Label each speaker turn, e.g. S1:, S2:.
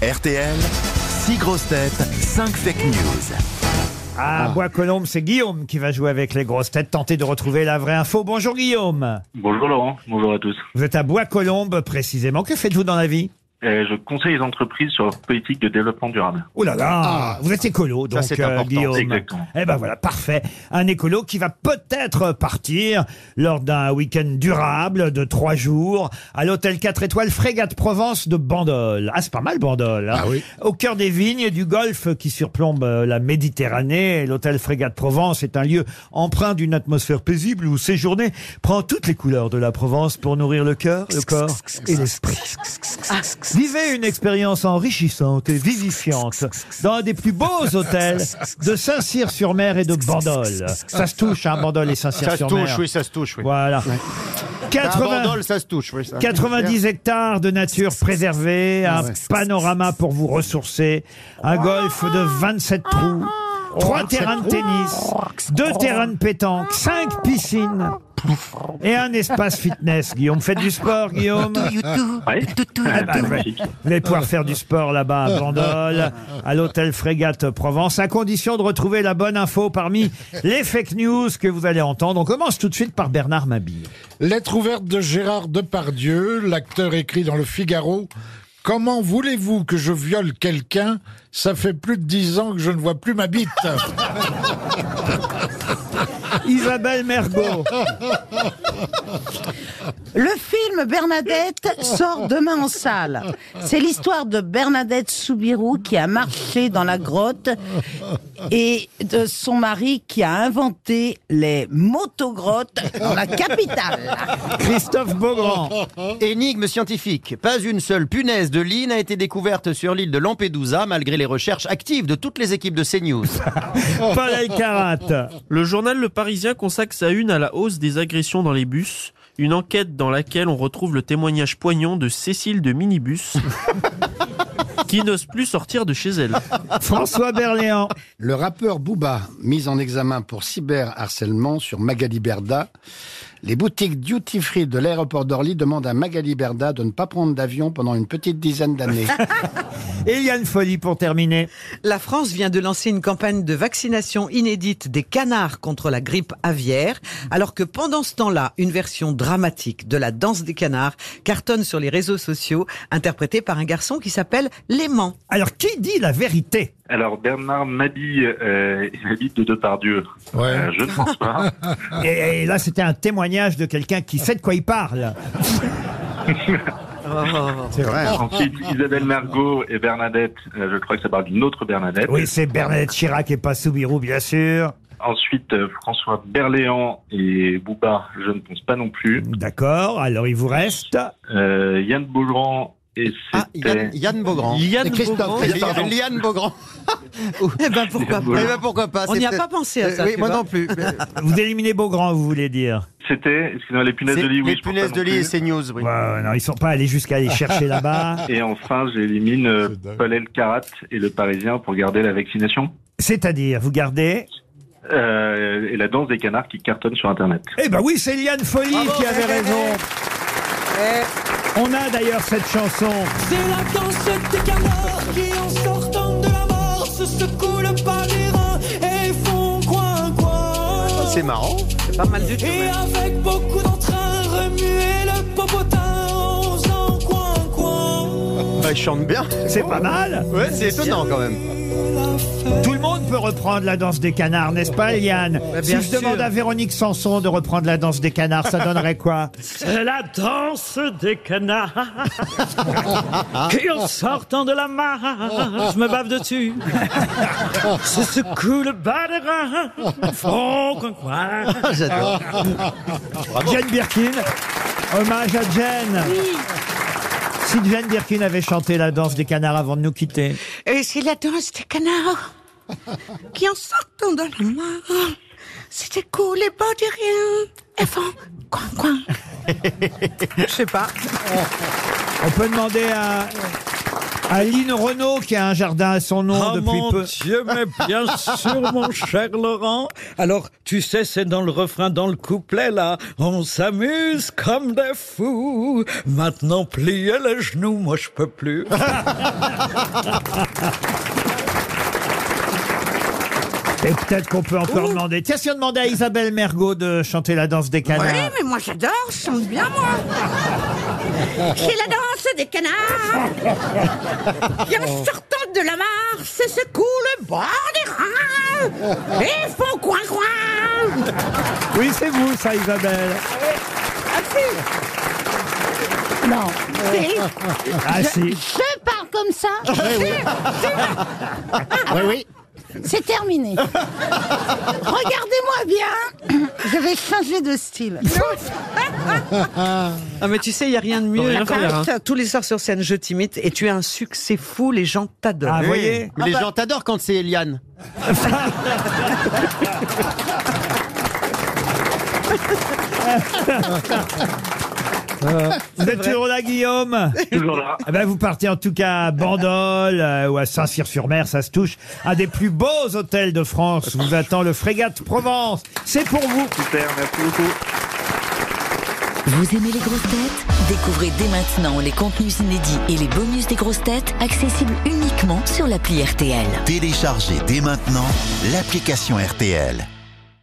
S1: RTL, 6 grosses têtes, 5 fake news.
S2: Ah, Bois-Colombes, c'est Guillaume qui va jouer avec les grosses têtes, tenter de retrouver la vraie info. Bonjour Guillaume.
S3: Bonjour Laurent, bonjour à tous.
S2: Vous êtes à Bois-Colombes précisément. Que faites-vous dans la vie
S3: Euh, je conseille les entreprises sur leur politique de développement durable.
S2: Oh là là Vous êtes écolo, donc
S4: c'est
S2: euh,
S4: important.
S2: Guillaume.
S3: Exactement.
S2: Eh ben voilà, parfait. Un écolo qui va peut-être partir lors d'un week-end durable de trois jours à l'hôtel 4 étoiles Frégate Provence de Bandol. Ah, c'est pas mal Bandol. hein. Au cœur des vignes et du golfe qui surplombe euh, la Méditerranée, l'hôtel Frégate Provence est un lieu empreint d'une atmosphère paisible où séjourner prend toutes les couleurs de la Provence pour nourrir le cœur, le corps et l'esprit. Vivez une expérience enrichissante et vivifiante dans un des plus beaux hôtels de Saint-Cyr-sur-Mer et de Bandol. Ça se touche, hein, Bandol et
S4: Ça se touche,
S2: Saint-Cyr-sur-Mer.
S4: oui, ça se touche, oui.
S2: Voilà.
S4: Un
S2: 80
S4: bandol, ça se touche, oui. ça.
S2: 90 hectares de nature préservée, un
S4: ouais.
S2: panorama pour vous ressourcer, un golf de 27 trous,
S4: Oh,
S2: trois terrains de tennis, deux terrains de pétanque, cinq piscines et un espace fitness. Guillaume, faites du sport, Guillaume.
S3: Ouais.
S2: Ah bah, ouais. Vous allez pouvoir faire du sport là-bas à Bandol, à l'hôtel Frégate Provence, à condition de retrouver la bonne info parmi les fake news que vous allez entendre. On commence tout de suite par Bernard Mabille.
S5: Lettre ouverte de Gérard Depardieu, l'acteur écrit dans le Figaro. Comment voulez-vous que je viole quelqu'un Ça fait plus de dix ans que je ne vois plus ma bite.
S2: Isabelle Mergot.
S6: Le film Bernadette sort demain en salle. C'est l'histoire de Bernadette Soubirou qui a marché dans la grotte et de son mari qui a inventé les motogrottes dans la capitale.
S2: Christophe Beaugrand.
S4: Énigme scientifique. Pas une seule punaise de lit n'a été découverte sur l'île de Lampedusa, malgré les recherches actives de toutes les équipes de CNews.
S2: Paul Elkarat.
S7: Le journal Le Parisien consacre sa une à la hausse des agressions dans les bus. Une enquête dans laquelle on retrouve le témoignage poignant de Cécile de Minibus, qui n'ose plus sortir de chez elle.
S2: François Berléand.
S8: Le rappeur Booba, mis en examen pour cyberharcèlement sur Magali Berda. Les boutiques duty-free de l'aéroport d'Orly demandent à Magali Berda de ne pas prendre d'avion pendant une petite dizaine d'années.
S2: Et il y a une folie pour terminer.
S9: La France vient de lancer une campagne de vaccination inédite des canards contre la grippe aviaire, alors que pendant ce temps-là, une version dramatique de la danse des canards cartonne sur les réseaux sociaux, interprétée par un garçon qui s'appelle Léman.
S2: Alors, qui dit la vérité
S3: Alors Bernard Mabille euh, et la bite de Depardieu.
S5: Ouais.
S3: Euh, je ne pense pas.
S2: et, et là, c'était un témoignage de quelqu'un qui sait de quoi il parle.
S8: C'est vrai.
S3: Ensuite, Isabelle Mergot et Bernadette. euh, je crois que ça parle d'une autre Bernadette.
S2: Oui, c'est Bernadette Chirac et pas Soubirou, bien sûr.
S3: Ensuite, euh, François Berléand et Bouba. Je ne pense pas non plus.
S2: D'accord, alors il vous reste.
S3: Euh, Yann Beaugrand et
S4: Ah,
S3: c'était...
S4: Yann, Yann Beaugrand.
S7: Yann
S4: Et Christophe,
S7: Beaugrand.
S4: Christophe,
S7: Pardon.
S4: Yann Beaugrand.
S9: Eh ben pourquoi
S4: Eh
S3: Voilà.
S4: ben, pourquoi pas
S9: On
S4: c'est
S9: n'y a
S4: peut-être-
S9: pas pensé à ça,
S4: Euh, oui,
S9: tu
S4: moi
S9: vois.
S4: non plus.
S2: Vous éliminez Beaugrand, vous voulez dire
S3: C'était, excusez-moi, les punaises
S4: C'est-
S3: de lit. oui,
S4: les
S3: je pense
S4: punaises
S3: pas
S4: de
S3: non
S4: lit et
S3: plus.
S4: CNews, oui.
S2: Ouais, ouais, Non, ils sont pas allés jusqu'à aller chercher là-bas.
S3: Et enfin, j'élimine euh,
S5: C'est dingue.
S3: Paul Elkarat et le Parisien pour garder la vaccination.
S2: C'est-à-dire, vous gardez
S3: Euh, et la danse des canards qui cartonne sur Internet.
S2: Eh ben oui, c'est Liane Folie qui avait raison. On a d'ailleurs cette chanson.
S10: C'est la danse des canards qui en sortant de la mort se secouent le pas des reins et font coin coin.
S4: C'est marrant.
S9: C'est pas mal du tout.
S10: Et avec beaucoup d'entrain remuer le popotin en faisant coin coin.
S4: Bah, je chante bien.
S2: C'est pas mal.
S4: Ouais, c'est étonnant quand même.
S10: La fête.
S2: Tout le monde peut reprendre la danse des canards, n'est-ce pas, Eliane Si
S9: Bah, bien
S2: je
S9: sûr.
S2: demande à Véronique Sanson de reprendre la danse des canards, ça donnerait quoi
S10: C'est la danse des canards qui en sortant de la mare, je me bave dessus. Se secoue le bas des reins, font coin coin.
S4: J'adore.
S2: Jane Birkin, hommage à Jane. Si Jane Birkin avait chanté la danse des canards avant de nous quitter.
S6: Et c'est la danse des canards qui en sortant de la mare. C'était cool, les bas du rien. Elles font coin coin.
S9: Je sais pas.
S2: On peut demander à Aline Renault qui a un jardin à son nom
S9: Ah,
S2: depuis
S9: mon
S2: peu.
S9: Dieu, mais bien sûr, mon cher Laurent. Alors, tu sais, c'est dans le refrain, dans le couplet, là. On s'amuse comme des fous. Maintenant, pliez les genoux, moi, je peux plus.
S2: Et peut-être qu'on peut encore
S11: Ouh.
S2: demander. Tiens, si on demandait à Isabelle Mergot de chanter la danse des canards.
S11: Oui, mais moi j'adore, je chante bien moi. C'est la danse des canards. Qui en sortant de la mare, se secoue le bord des reins. Et font coin coin.
S2: Oui, c'est vous, ça, Isabelle.
S11: Ah si.
S6: Non.
S11: Si.
S2: Ah,
S6: je,
S2: si.
S6: je parle comme ça.
S12: Oui, oui.
S6: C'est terminé. Regardez-moi bien. Je vais changer de style.
S13: Ah, mais tu sais, il n'y a rien de mieux.
S14: rien faire, hein.
S13: Tous les soirs sur scène, je t'imite et tu as un succès fou, les gens t'adorent.
S2: Ah, vous voyez
S4: Mais les gens t'adorent quand c'est Eliane.
S2: Vous êtes toujours là, Guillaume
S3: Toujours là.
S2: Ah ben, Vous partez en tout cas à Bandol euh, ou à Saint-Cyr-sur-Mer, ça se touche. Un des plus beaux hôtels de France vous attend le Frégate Provence. C'est pour vous.
S3: Super, merci beaucoup.
S15: Vous aimez les grosses têtes Découvrez dès maintenant les contenus inédits et les bonus des grosses têtes accessibles uniquement sur l'appli RTL.
S1: Téléchargez dès maintenant l'application RTL.